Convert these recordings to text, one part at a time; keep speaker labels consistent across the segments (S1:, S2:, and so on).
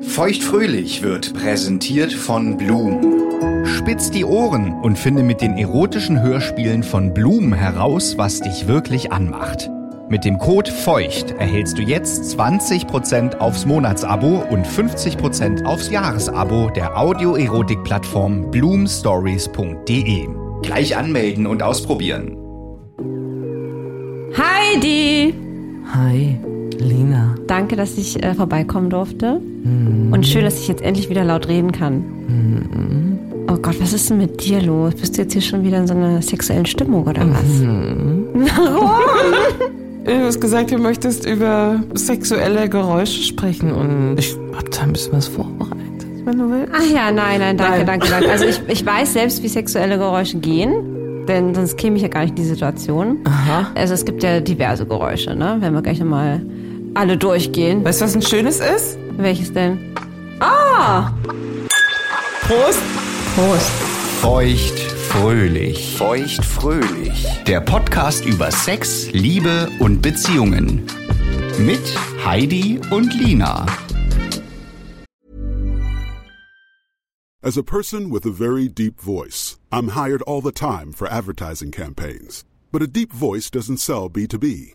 S1: Feuchtfröhlich wird präsentiert von Blum. Spitz die Ohren und finde mit den erotischen Hörspielen von Blum heraus, was dich wirklich anmacht. Mit dem Code FEUCHT erhältst du jetzt 20% aufs Monatsabo und 50% aufs Jahresabo der Audioerotik-Plattform bloomstories.de. E. Gleich anmelden und ausprobieren.
S2: Heidi!
S3: Hi, Lina.
S2: Danke, dass ich äh, vorbeikommen durfte.
S3: Mhm.
S2: Und schön, dass ich jetzt endlich wieder laut reden kann.
S3: Mhm.
S2: Oh Gott, was ist denn mit dir los? Bist du jetzt hier schon wieder in so einer sexuellen Stimmung oder was?
S3: Mhm. Du hast gesagt, du möchtest über sexuelle Geräusche sprechen und ich hab da ein bisschen was vorbereitet, wenn du willst.
S2: Ach ja, nein, nein, danke,
S3: Nein.
S2: danke, danke. Also ich, ich weiß selbst, wie sexuelle Geräusche gehen, denn sonst käme ich ja gar nicht in die Situation.
S3: Aha.
S2: Also es gibt ja diverse Geräusche, ne? Wenn wir gleich nochmal alle durchgehen.
S3: Weißt du, was ein schönes ist?
S2: Welches denn?
S3: Prost! Prost!
S1: Feuchtfröhlich. Feuchtfröhlich. Der Podcast über Sex, Liebe und Beziehungen. Mit Heidi und Lina.
S4: As a person with a very deep voice, I'm hired all the time for advertising campaigns. But a deep voice doesn't sell B2B,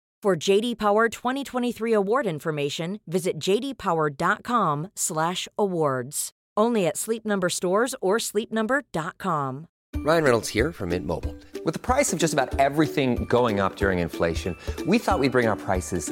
S5: For JD Power 2023 award information, visit jdpower.com/awards. Only at Sleep Number stores or sleepnumber.com.
S6: Ryan Reynolds here from Mint Mobile. With the price of just about everything going up during inflation, we thought we'd bring our prices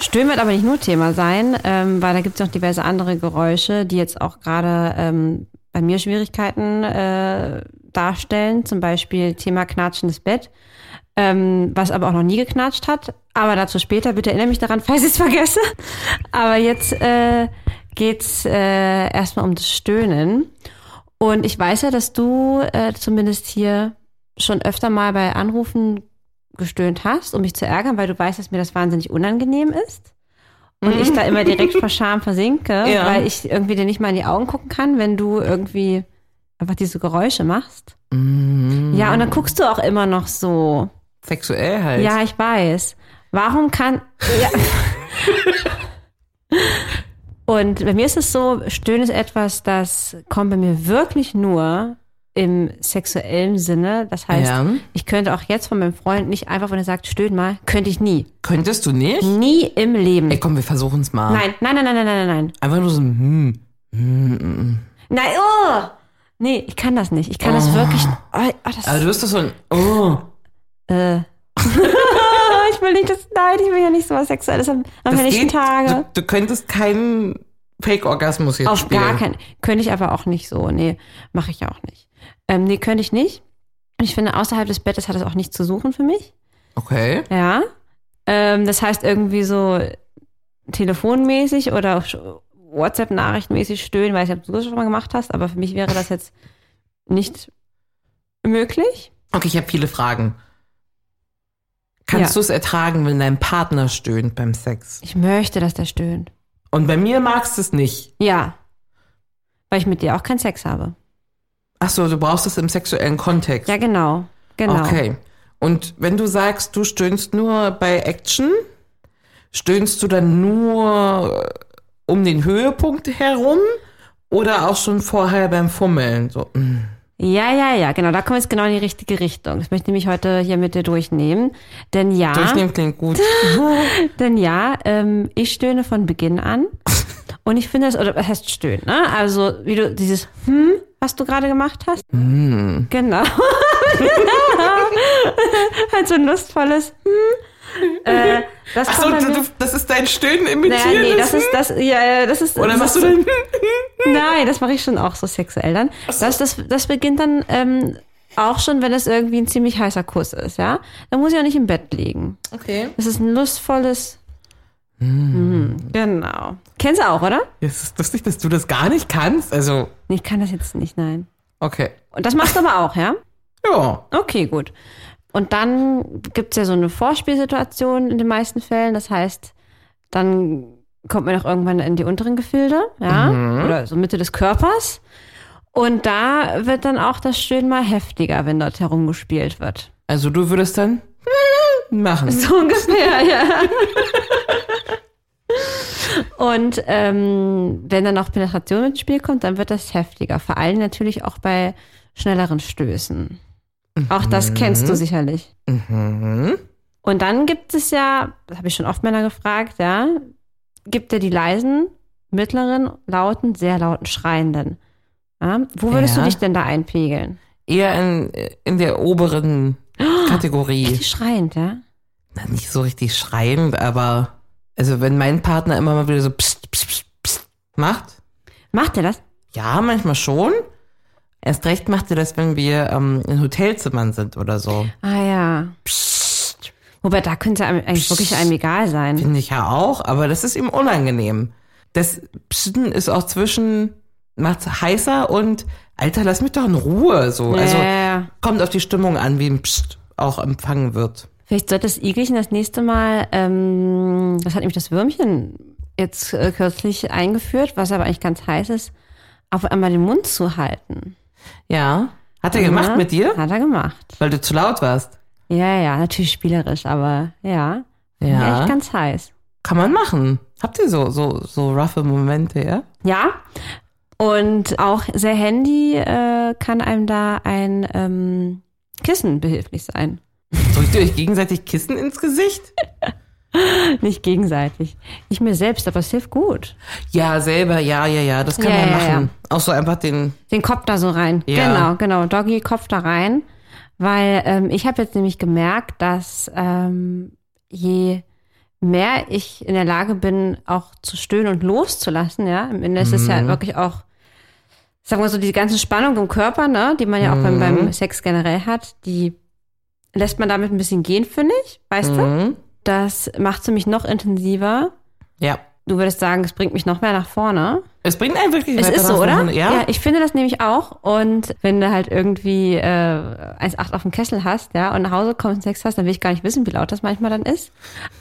S2: Stöhnen wird aber nicht nur Thema sein, ähm, weil da gibt es noch diverse andere Geräusche, die jetzt auch gerade ähm, bei mir Schwierigkeiten äh, darstellen. Zum Beispiel Thema knatschendes Bett, ähm, was aber auch noch nie geknatscht hat. Aber dazu später, bitte erinnere mich daran, falls ich es vergesse. Aber jetzt äh, geht's äh, erstmal um das Stöhnen. Und ich weiß ja, dass du äh, zumindest hier schon öfter mal bei Anrufen gestöhnt hast, um mich zu ärgern, weil du weißt, dass mir das wahnsinnig unangenehm ist. Und ich da immer direkt vor Scham versinke,
S3: Ja.
S2: weil ich irgendwie dir nicht mal in die Augen gucken kann, wenn du irgendwie einfach diese Geräusche machst. Ja, und dann guckst du auch immer noch so.
S3: Sexuell halt.
S2: Ja, ich weiß. Warum kann. Ja. Und bei mir ist es so, Stöhnen ist etwas, das kommt bei mir wirklich nur im sexuellen Sinne. Das heißt,
S3: Ja.
S2: ich könnte auch jetzt von meinem Freund nicht einfach, wenn er sagt, stöhn mal, könnte ich nie.
S3: Könntest du nicht?
S2: Nie im Leben.
S3: Ey, komm, wir versuchen's mal.
S2: Hm. Nein, nein, nein, nein, nein, nein, nein.
S3: Einfach nur so ein Hm.
S2: Nein, oh! Nee, ich kann das nicht. Ich kann das wirklich. Oh, oh, das, äh.
S3: Aber du bist doch so ein Oh.
S2: ich will nicht, dass. Nein, ich will ja nicht so was Sexuelles am, am
S3: Das
S2: nächsten
S3: geht.
S2: Tage.
S3: Du, du könntest keinen Fake-Orgasmus jetzt
S2: Auf
S3: spielen.
S2: gar keinen. Könnte ich aber auch nicht so. Nee, mache ich auch nicht. Ähm, nee, könnte ich nicht. Und Und ich finde, außerhalb des Bettes hat es auch nichts zu suchen für mich.
S3: Okay.
S2: Ja. Ähm, das heißt, irgendwie so telefonmäßig oder auch sch- WhatsApp-Nachrichtenmäßig stöhnen, weiß nicht, ob du das schon mal gemacht hast, aber für mich wäre das jetzt nicht möglich.
S3: Okay, ich habe viele Fragen. Kannst
S2: Ja.
S3: du es ertragen, wenn dein Partner stöhnt beim Sex?
S2: Ich möchte, dass der stöhnt.
S3: Und bei mir magst du es nicht.
S2: Ja. Weil ich mit dir auch keinen Sex habe.
S3: Ach so, du brauchst es im sexuellen Kontext.
S2: Ja, genau. Genau.
S3: Okay. Und wenn du sagst, du stöhnst nur bei Action, stöhnst du dann nur äh, um den Höhepunkt herum oder auch schon vorher beim Fummeln? So, mm.
S2: Ja, ja, ja, genau. Da kommen wir jetzt genau in die richtige Richtung. Das möchte ich mich heute hier mit dir durchnehmen. Denn ja,
S3: Durchnehmen klingt gut.
S2: denn ja, ähm, ich stöhne von Beginn an. Und ich finde das, oder was heißt stöhnen, ne? Also, wie du dieses Hm, was du gerade gemacht hast.
S3: Hm.
S2: Genau. halt so ein lustvolles Hm. Äh, das
S3: Ach so,
S2: kommt bei
S3: du,
S2: mir-
S3: du, das ist dein Stöhnen
S2: naja,
S3: imitieren.
S2: nee, das ist das, ja, ja, das ist.
S3: oder
S2: das
S3: machst du
S2: ist-
S3: denn?
S2: Nein, das mache ich schon auch so sexuell dann. Das, das, das beginnt dann ähm, auch schon, wenn es irgendwie ein ziemlich heißer Kuss ist, ja. Dann muss ich auch nicht im Bett liegen.
S3: Okay.
S2: Das ist ein lustvolles. Mhm, genau. Kennst du auch, oder?
S3: Jetzt ist lustig, dass du das gar nicht kannst. Also,
S2: Nee, Ich kann das jetzt nicht, nein.
S3: okay.
S2: Und das machst du aber auch, ja?
S3: Ja.
S2: Okay, gut. Und dann gibt's ja so eine Vorspielsituation in den meisten Fällen. Das heißt, dann kommt man auch irgendwann in die unteren Gefilde, ja, oder so Mitte des Körpers. Und da wird dann auch das Stöhnen mal heftiger, wenn dort herumgespielt wird.
S3: Also, du würdest dann machen.
S2: So ungefähr, ja. Und ähm, wenn dann auch Penetration ins Spiel kommt, dann wird das heftiger. Vor allem natürlich auch bei schnelleren Stößen. Auch das kennst du sicherlich. Und dann gibt es ja, das habe ich schon oft Männer gefragt, ja, gibt ja die leisen, mittleren, lauten, sehr lauten, schreienden. Ja, wo würdest
S3: Ja.
S2: du dich denn da einpegeln?
S3: Eher in, äh, in der oberen
S2: Oh.
S3: Kategorie.
S2: Richtig schreiend, ja?
S3: Na, nicht so richtig schreiend, aber also wenn mein Partner immer mal wieder so pst, pst, pst, pst macht,
S2: Macht ihr das?
S3: ja, manchmal schon. Erst recht macht er das, wenn wir ähm, in Hotelzimmern sind oder so.
S2: Ah ja. Wobei, da könnte einem eigentlich wirklich einem egal sein.
S3: Finde ich ja auch, aber das ist ihm unangenehm. Das Psten ist auch zwischen, macht's heißer und Alter, lass mich doch in Ruhe. So. Also
S2: Ja.
S3: kommt auf die Stimmung an, wie ein Pst auch empfangen wird.
S2: Vielleicht sollte das Igelchen das nächste Mal, ähm, das hat nämlich das Würmchen jetzt äh, kürzlich eingeführt, was aber eigentlich ganz heiß ist, auf einmal den Mund zu halten.
S3: Ja. Hat er gemacht
S2: Ja,
S3: mit dir?
S2: Hat er gemacht.
S3: Weil du zu laut warst.
S2: Ja, ja, natürlich spielerisch, aber ja.
S3: Ja.
S2: Echt ganz heiß.
S3: Kann man machen. Habt ihr so, so, so roughe Momente, ja?
S2: Ja. Und auch sehr handy äh, kann einem da ein ähm, Kissen behilflich sein.
S3: Drückt ihr euch gegenseitig Kissen ins Gesicht?
S2: Nicht gegenseitig. Ich mir selbst, aber es hilft gut.
S3: Ja, selber, ja, ja, ja, das kann
S2: Ja,
S3: man
S2: ja,
S3: machen. Auch so einfach den,
S2: Den Kopf da so rein.
S3: Ja.
S2: Genau, genau. Doggy, Kopf da rein. Weil ähm, ich habe jetzt nämlich gemerkt, dass ähm, je mehr ich in der Lage bin, auch zu stöhnen und loszulassen, ja, im Ende ist es ja wirklich auch, sagen wir so, die ganze Spannung im Körper, ne, die man ja auch beim, beim Sex generell hat, die lässt man damit ein bisschen gehen, finde ich, weißt du? Das macht es mich noch intensiver.
S3: ja.
S2: Du würdest sagen, es bringt mich noch mehr nach vorne.
S3: Es bringt einen wirklich
S2: Es
S3: weiter
S2: ist
S3: nach
S2: so, oder?
S3: vorne. Ja.
S2: ich finde das nämlich auch. Und wenn du halt irgendwie äh, 1,8 auf dem Kessel hast, ja, und nach Hause kommst und Sex hast, dann will ich gar nicht wissen, wie laut das manchmal dann ist.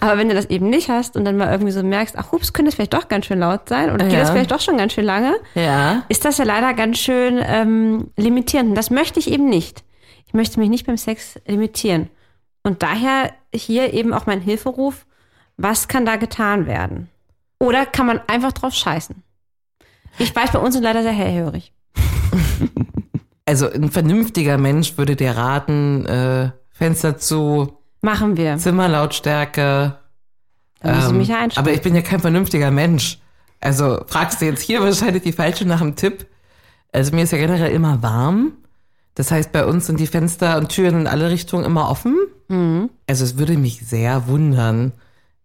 S2: Aber wenn du das eben nicht hast und dann mal irgendwie so merkst, ach, hups, könnte das vielleicht doch ganz schön laut sein oder
S3: Ja.
S2: geht das vielleicht doch schon ganz schön lange,
S3: ja.
S2: ist das ja leider ganz schön ähm, limitierend. Und das möchte ich eben nicht. Ich möchte mich nicht beim Sex limitieren. Und daher hier eben auch mein Hilferuf, was kann da getan werden? Oder kann man einfach drauf scheißen? Ich weiß, bei uns sind leider sehr hellhörig.
S3: Also ein vernünftiger Mensch würde dir raten, äh, Fenster zu,
S2: Machen wir.
S3: Zimmerlautstärke.
S2: Da muss ich
S3: ähm,
S2: mich ja einschränken.
S3: aber ich bin ja kein vernünftiger Mensch. Also fragst du jetzt hier wahrscheinlich die falsche nach dem Tipp. Also mir ist ja generell immer warm. Das heißt, bei uns sind die Fenster und Türen in alle Richtungen immer offen.
S2: Mhm.
S3: Also es würde mich sehr wundern,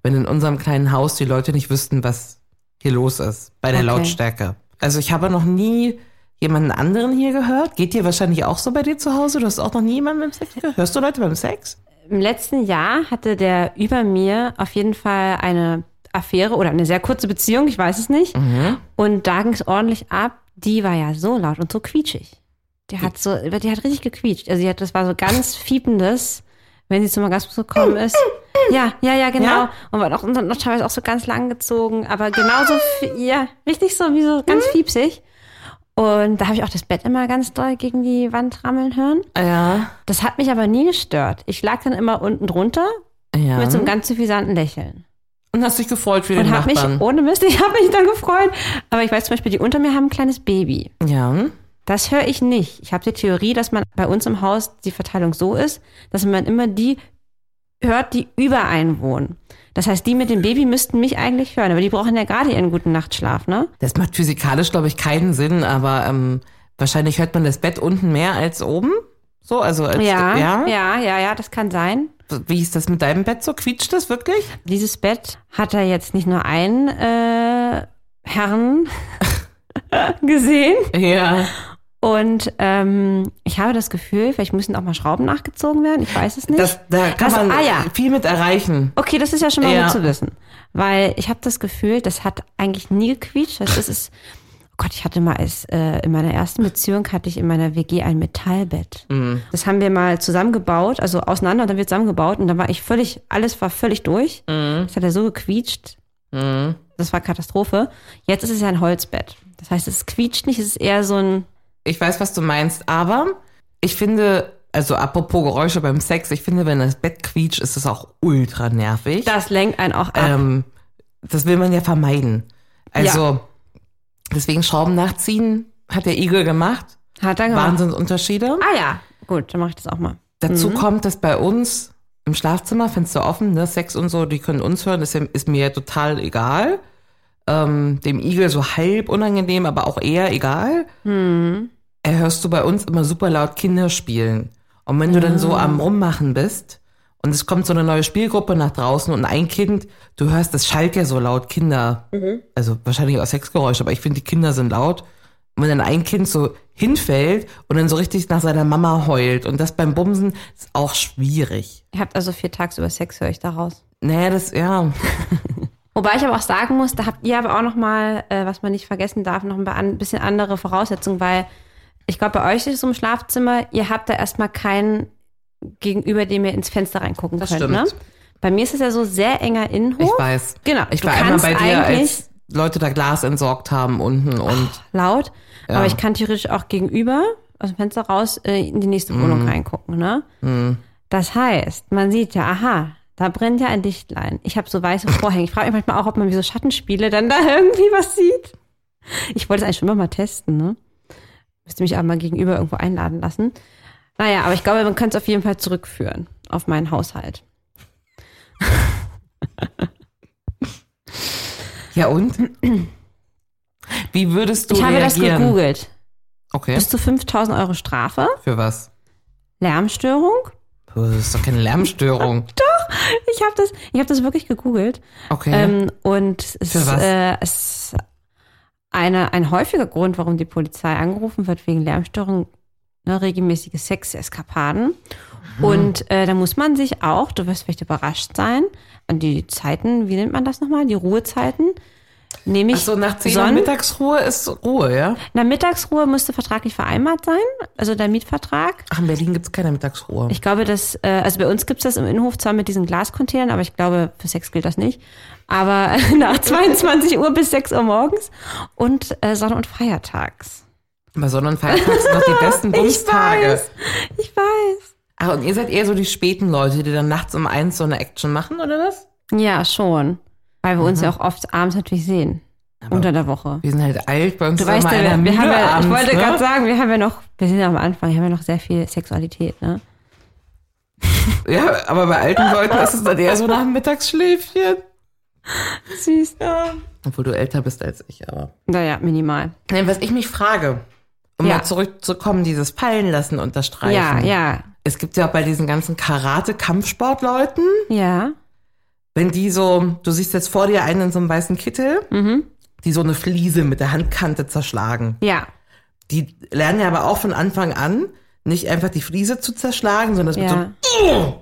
S3: wenn in unserem kleinen Haus die Leute nicht wüssten, was hier los ist bei der
S2: Okay.
S3: Lautstärke. Also ich habe noch nie jemanden anderen hier gehört? Geht dir wahrscheinlich auch so bei dir zu Hause? Du hast auch noch nie jemanden beim Sex gehört? Hörst du Leute beim Sex?
S2: Im letzten Jahr hatte der über mir auf jeden Fall eine Affäre oder eine sehr kurze Beziehung, ich weiß es nicht. Und da ging es ordentlich ab. Die war ja so laut und so quietschig. Die hat so, die hat richtig gequietscht. Also die hat, das war so ganz fiependes, wenn sie zum Orgasmus gekommen ist. Ja, ja, ja, genau.
S3: Ja?
S2: Und war noch, und noch teilweise auch so ganz lang gezogen, aber genauso, fi- ja, richtig so, wie so ganz fiepsig. Und da habe ich auch das Bett immer ganz doll gegen die Wand rammeln hören.
S3: Ja.
S2: Das hat mich aber nie gestört. Ich lag dann immer unten drunter
S3: Ja.
S2: mit so einem ganz suffisanten Lächeln.
S3: Und hast dich gefreut für den
S2: Und habe mich,
S3: Nachbarn.
S2: ohne Mist, ich habe mich dann gefreut. Aber ich weiß zum Beispiel, die unter mir haben ein kleines Baby.
S3: ja.
S2: Das höre ich nicht. Ich habe die Theorie, dass man bei uns im Haus die Verteilung so ist, dass man immer die hört, die über einen wohnen. Das heißt, die mit dem Baby müssten mich eigentlich hören, aber die brauchen ja gerade ihren guten Nachtschlaf, ne?
S3: Das macht physikalisch, glaube ich, keinen Sinn, aber ähm, wahrscheinlich hört man das Bett unten mehr als oben. So, also als,
S2: ja, ja, ja, ja, das kann sein.
S3: Wie ist das mit deinem Bett so? Quietscht das wirklich?
S2: Dieses Bett hat er jetzt nicht nur einen äh, Herrn gesehen.
S3: Ja.
S2: Und ähm, ich habe das Gefühl, vielleicht müssen auch mal Schrauben nachgezogen werden. Ich weiß es nicht.
S3: Das, da kann
S2: Das-
S3: man
S2: ah, ja.
S3: viel mit erreichen.
S2: Okay, das ist ja schon mal
S3: Ja.
S2: gut zu wissen. Weil ich habe das Gefühl, das hat eigentlich nie gequietscht. Das ist, ist oh Gott, ich hatte mal als, äh, in meiner ersten Beziehung hatte ich in meiner WG ein Metallbett.
S3: Mhm.
S2: Das haben wir mal zusammengebaut, also auseinander und dann wird zusammengebaut und dann war ich völlig, alles war völlig durch.
S3: Mhm.
S2: Das hat ja so gequietscht. Das war Katastrophe. Jetzt ist es ja ein Holzbett. Das heißt, es quietscht nicht, es ist eher so ein,
S3: Ich weiß, was du meinst, aber ich finde, also apropos Geräusche beim Sex, ich finde, wenn das Bett quietscht, ist es auch ultra nervig.
S2: das lenkt einen auch ab.
S3: ähm, das will man ja vermeiden. Also deswegen Schrauben nachziehen hat der Igel gemacht.
S2: Hat er gemacht.
S3: Wahnsinnsunterschiede.
S2: Ah ja, gut, dann mache ich das auch mal.
S3: Dazu kommt, dass bei uns im Schlafzimmer, Fenster offen, ne, Sex und so, die können uns hören, das ist ja- ist mir total egal. Ähm, dem Igel so halb unangenehm, aber auch eher egal. Er hörst du bei uns immer super laut Kinder spielen. Und wenn du dann so
S2: Ah.
S3: am Rummachen bist und es kommt so eine neue Spielgruppe nach draußen und ein Kind, du hörst, das schallt ja so laut Kinder.
S2: Mhm.
S3: Also wahrscheinlich auch Sexgeräusche, aber ich finde, die Kinder sind laut. Und wenn dann ein Kind so hinfällt und dann so richtig nach seiner Mama heult und das beim Bumsen ist auch schwierig.
S2: Ihr habt also vier tagsüber Sex, höre ich daraus.
S3: Naja, das, ja.
S2: Wobei ich aber auch sagen muss, da habt ihr aber auch noch mal, äh, was man nicht vergessen darf, noch ein ba- an- bisschen andere Voraussetzungen, weil ich glaube, bei euch ist es im Schlafzimmer, ihr habt da erstmal keinen gegenüber, dem ihr ins Fenster reingucken
S3: Das
S2: könnt.
S3: stimmt.
S2: Ne? Bei mir ist es ja so sehr enger Innenhof.
S3: Ich weiß.
S2: Genau,
S3: Ich
S2: du
S3: war einmal
S2: kannst
S3: bei dir,
S2: eigentlich-
S3: als Leute da Glas entsorgt haben unten und
S2: laut, aber ich kann theoretisch auch gegenüber aus dem Fenster raus äh, in die nächste Wohnung reingucken. Ne? Das heißt, man sieht ja, aha, da brennt ja ein Lichtlein. Ich habe so weiße Vorhänge. Ich frage mich manchmal auch, ob man wie so Schattenspiele dann da irgendwie was sieht. Ich wollte es eigentlich schon immer mal testen. Ne? Müsste mich aber mal gegenüber irgendwo einladen lassen. Naja, aber ich glaube, man könnte es auf jeden Fall zurückführen auf meinen Haushalt.
S3: Ja und? Wie würdest du
S2: ich habe das
S3: reagieren?
S2: gegoogelt.
S3: Okay.
S2: Bis zu 5000 Euro Strafe,
S3: Für was?
S2: Lärmstörung.
S3: Das ist doch keine Lärmstörung.
S2: Ich habe das, ich habe das wirklich gegoogelt.
S3: Okay.
S2: Ähm, und es
S3: Für
S2: ist,
S3: was?
S2: äh, es ist eine, ein häufiger Grund, warum die Polizei angerufen wird wegen Lärmstörung, ne, regelmäßige Sexeskapaden.
S3: Hm.
S2: Und äh, da muss man sich auch, du wirst vielleicht überrascht sein, an die Zeiten, wie nennt man das nochmal, die Ruhezeiten, nämlich
S3: Ach so, nach 10 Uhr
S2: Sonnen-
S3: Mittagsruhe ist Ruhe, ja?
S2: Na, Mittagsruhe müsste vertraglich vereinbart sein, also der Mietvertrag.
S3: Ach, in Berlin gibt's keine Mittagsruhe.
S2: Ich glaube, dass, äh, also bei uns gibt's das im Innenhof zwar mit diesen Glascontainern, aber ich glaube, für Sex gilt das nicht. Aber nach 22 Uhr bis 6 Uhr morgens und äh, Sonne- und Feiertags.
S3: Bei Sonnenfeiertag sind doch die besten Bumstage.
S2: weiß. Ich weiß.
S3: Ach, und ihr seid eher so die späten Leute, die dann nachts um eins so eine Action machen, oder was?
S2: Ja, schon. Weil wir uns ja auch oft abends natürlich sehen. unter der Woche.
S3: Mhm. Wir sind halt alt, bei uns
S2: Du
S3: ist
S2: weißt
S3: immer
S2: ja, wir,
S3: einer
S2: wir
S3: müde
S2: haben ja, ich
S3: abends,
S2: wollte
S3: ne?
S2: gerade sagen, wir haben ja noch, wir sind ja am Anfang, wir haben ja noch sehr viel Sexualität, ne?
S3: Ja, aber bei alten Leuten ist es dann eher so nach dem Mittagsschläfchen.
S2: Süß.
S3: Obwohl du älter bist als ich, aber.
S2: Naja, minimal.
S3: Nein, was ich mich frage, um
S2: Ja.
S3: mal zurückzukommen, dieses Fallenlassen unterstreichen.
S2: Ja, ja,
S3: Es gibt ja auch bei diesen ganzen Karate-Kampfsportleuten,
S2: ja.
S3: wenn die so, du siehst jetzt vor dir
S2: Mhm.
S3: einen in so einem weißen Kittel, die so eine Fliese mit der Handkante zerschlagen.
S2: Ja,
S3: Die lernen ja aber auch von Anfang an, nicht einfach die Fliese zu zerschlagen, sondern es mit so
S2: Ja.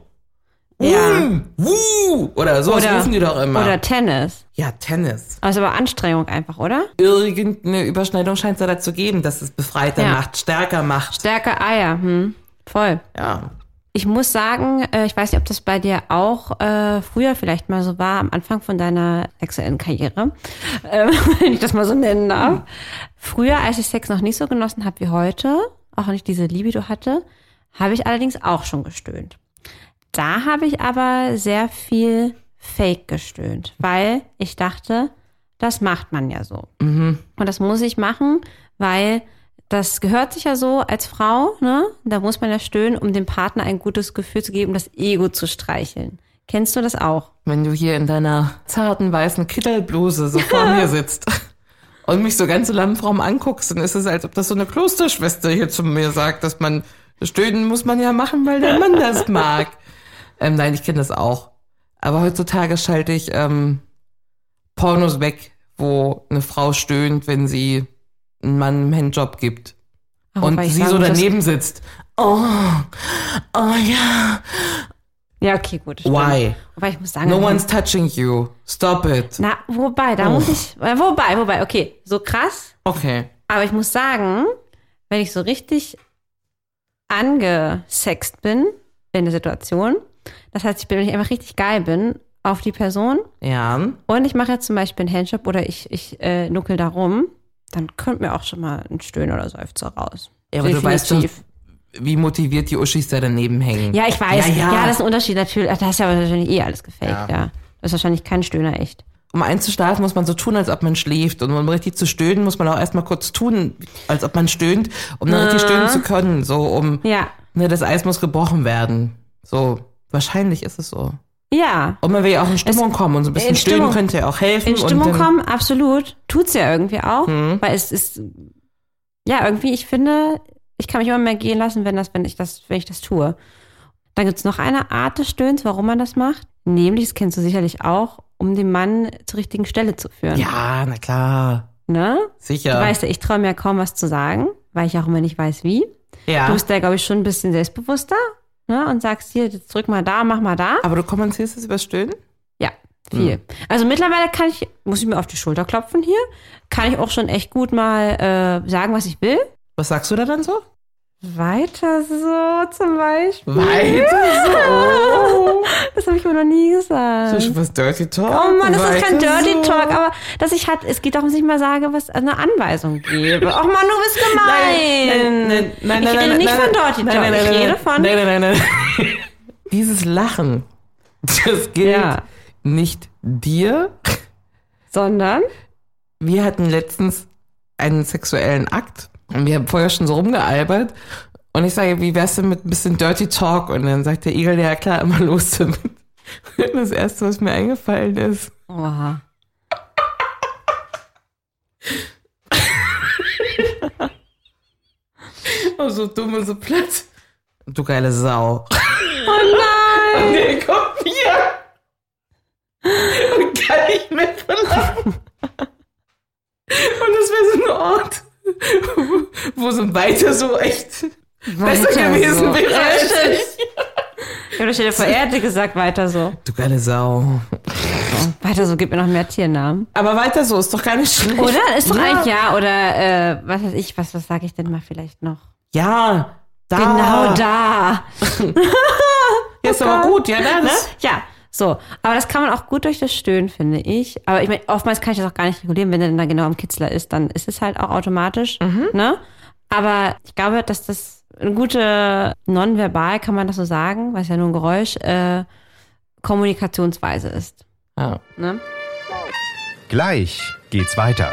S3: Wuh, wuh, oder so, das rufen die doch immer.
S2: Oder Tennis.
S3: ja, Tennis.
S2: Also aber Anstrengung einfach, oder?
S3: Irgendeine Überschneidung scheint es da zu geben, dass es befreiter
S2: Ja.
S3: macht, stärker macht.
S2: Stärke Eier, hm. Voll.
S3: ja.
S2: Ich muss sagen, äh, ich weiß nicht, ob das bei dir auch äh, früher vielleicht mal so war, am Anfang von deiner sexuellen Karriere, ähm, wenn ich das mal so nennen darf. Früher, als ich Sex noch nicht so genossen habe wie heute, auch nicht diese Libido hatte, habe ich allerdings auch schon gestöhnt. Da habe ich aber sehr viel Fake gestöhnt, weil ich dachte, das macht man ja so. Und das muss ich machen, weil das gehört sich ja so als Frau, ne? Da muss man ja stöhnen, um dem Partner ein gutes Gefühl zu geben, um das Ego zu streicheln. Kennst du das auch?
S3: Wenn du hier in deiner zarten weißen Kittelbluse so vor mir sitzt und mich so ganz lammfraum anguckst, dann ist es, als ob das so eine Klosterschwester hier zu mir sagt, dass man stöhnen muss man ja machen, weil der Mann das mag. Ähm, nein, ich kenne das auch. Aber heutzutage schalte ich ähm, Pornos weg, wo eine Frau stöhnt, wenn sie einen Mann einen Handjob gibt.
S2: Ach,
S3: und
S2: wobei ich
S3: sie
S2: sagen
S3: so
S2: muss, dass-
S3: daneben sitzt. Oh, oh ja.
S2: Ja, okay, gut. stimmt.
S3: Why?
S2: Wobei ich muss sagen,
S3: No one's Oh. touching you. Stop it.
S2: na, wobei, da muss ich, äh, wobei, wobei, okay, so krass,
S3: Okay.
S2: aber ich muss sagen, wenn ich so richtig angesext bin in der Situation, das heißt, ich bin, wenn ich einfach richtig geil bin auf die Person,
S3: Ja.
S2: Und ich mache jetzt zum Beispiel einen Handjob oder ich, ich äh, nuckel da rum, dann kommt mir auch schon mal ein Stöhnen oder Seufzer raus.
S3: Ja, aber du weißt doch,
S2: Definitiv.
S3: wie motiviert die Uschis da daneben hängen.
S2: Ja, ich weiß.
S3: Ja,
S2: Ja,
S3: ja.
S2: das ist ein Unterschied natürlich. Ach, Das ist ja wahrscheinlich eh alles gefaked, ja. Das ist wahrscheinlich kein Stöhner echt.
S3: Um einzuschlafen, muss man so tun, als ob man schläft. Und um richtig zu stöhnen, muss man auch erstmal kurz tun, als ob man stöhnt, um dann richtig stöhnen zu können. So, um,
S2: Ja.
S3: ne, das Eis muss gebrochen werden. So, wahrscheinlich ist es so.
S2: Ja.
S3: Und man will ja auch in Stimmung kommen und so ein bisschen
S2: in
S3: stöhnen
S2: Stimmung-
S3: könnte ja auch helfen.
S2: In Stimmung
S3: und dann, Mhm.
S2: kommen, absolut. Tut's ja irgendwie auch. Weil es ist, ja, irgendwie, ich finde, ich kann mich immer mehr gehen lassen, wenn das, wenn ich das, wenn ich das tue. Dann gibt's noch eine Art des Stöhns, warum man das macht. Nämlich, das kennst du sicherlich auch, um den Mann zur richtigen Stelle zu führen.
S3: Ja, na klar.
S2: Ne?
S3: Sicher.
S2: Du weißt ja, ich traue mir kaum was zu sagen, weil ich auch immer nicht weiß, wie.
S3: ja.
S2: Du bist da, glaube ich, schon ein bisschen selbstbewusster ne? und sagst hier, jetzt drück mal da, mach mal da.
S3: aber du kommentierst es über Stöhnen?
S2: Ja, viel. Also mittlerweile kann ich, muss ich mir auf die Schulter klopfen hier, kann ich auch schon echt gut mal äh, sagen, was ich will.
S3: Was sagst du da dann so?
S2: Weiter so zum Beispiel.
S3: Weiter
S2: Oh. Das habe ich mir noch nie
S3: so.
S2: gesagt.
S3: so. Was Dirty Talk?
S2: Oh Mann, das ist kein
S3: Weiter
S2: Dirty
S3: so.
S2: Talk, aber dass ich halt, es geht darum, dass ich mal sage, was eine Anweisung gebe. Och Mann, du bist gemein. ich rede nicht von Dirty Talk, ich rede von.
S3: Nein, nein, nein, nein. Dieses Lachen, das gilt
S2: Ja.
S3: nicht dir.
S2: Sondern?
S3: Wir hatten letztens einen sexuellen Akt und wir haben vorher schon so rumgealbert. Und ich sage, wie wär's denn mit ein bisschen Dirty Talk? Und dann sagt der Igel, ja klar, immer los damit. Und das Erste, was mir eingefallen ist,
S2: Oha.
S3: Oh, so dumm und so platt. Oh Du geile Sau.
S2: Nein!
S3: Nee, komm hier. Und kann nicht mehr verlassen. Und das wäre so ein Ort, wo so ein Weiter so echt besser
S2: Weiter
S3: gewesen
S2: so.
S3: wäre.
S2: Ja,
S3: als
S2: stimmt.
S3: ich.
S2: Ich habe dir vor Erde gesagt, weiter so.
S3: Du geile Sau.
S2: Weiter so, gib mir noch mehr Tiernamen.
S3: Aber weiter so ist doch gar nicht schlecht.
S2: Oder? Ist doch eigentlich ja. Oder äh, was weiß ich, was, was sage ich denn mal vielleicht noch?
S3: Ja, da.
S2: Genau da. Ne?
S3: Ja, ist aber gut, ja, das.
S2: Ja, so. Aber das kann man auch gut durch das Stöhnen, finde ich. Aber ich meine, oftmals kann ich das auch gar nicht regulieren, wenn er dann da genau am Kitzler ist, dann ist es halt auch automatisch. Ne? Aber ich glaube, dass das eine gute, nonverbal kann man das so sagen, weil es ja nur ein Geräusch, äh, Kommunikationsweise ist.
S3: Ja.
S2: Ne?
S1: Gleich geht's weiter.